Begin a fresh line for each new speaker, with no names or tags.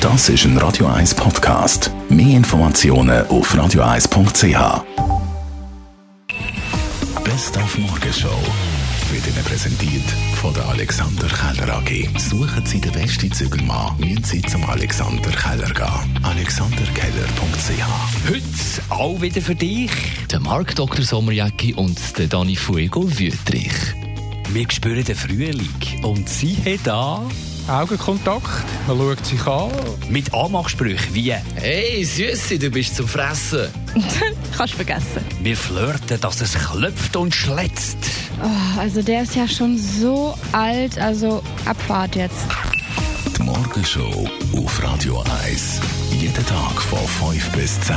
Das ist ein Radio 1 Podcast. Mehr Informationen auf radio1.ch. Best auf Morgenshow wird Ihnen präsentiert von der Alexander Keller AG. Suchen Sie den besten Zügelmann, müssen Sie zum Alexander Keller gehen. AlexanderKeller.ch
Heute auch wieder für dich, der Mark Dr. Sommerjacki und der Dani Fuego Wüttrich. Wir spüren den Frühling und sie hat an
Augenkontakt, man schaut sich an.
mit Anmachsprüchen wie «Hey, Süße, du bist zum Fressen!»
Kannst vergessen.
Wir flirten, dass es klopft und schlätzt.
Oh, also der ist ja schon so alt, also Abfahrt jetzt.
Die Morgenshow auf Radio 1. Jeden Tag von 5 bis 10.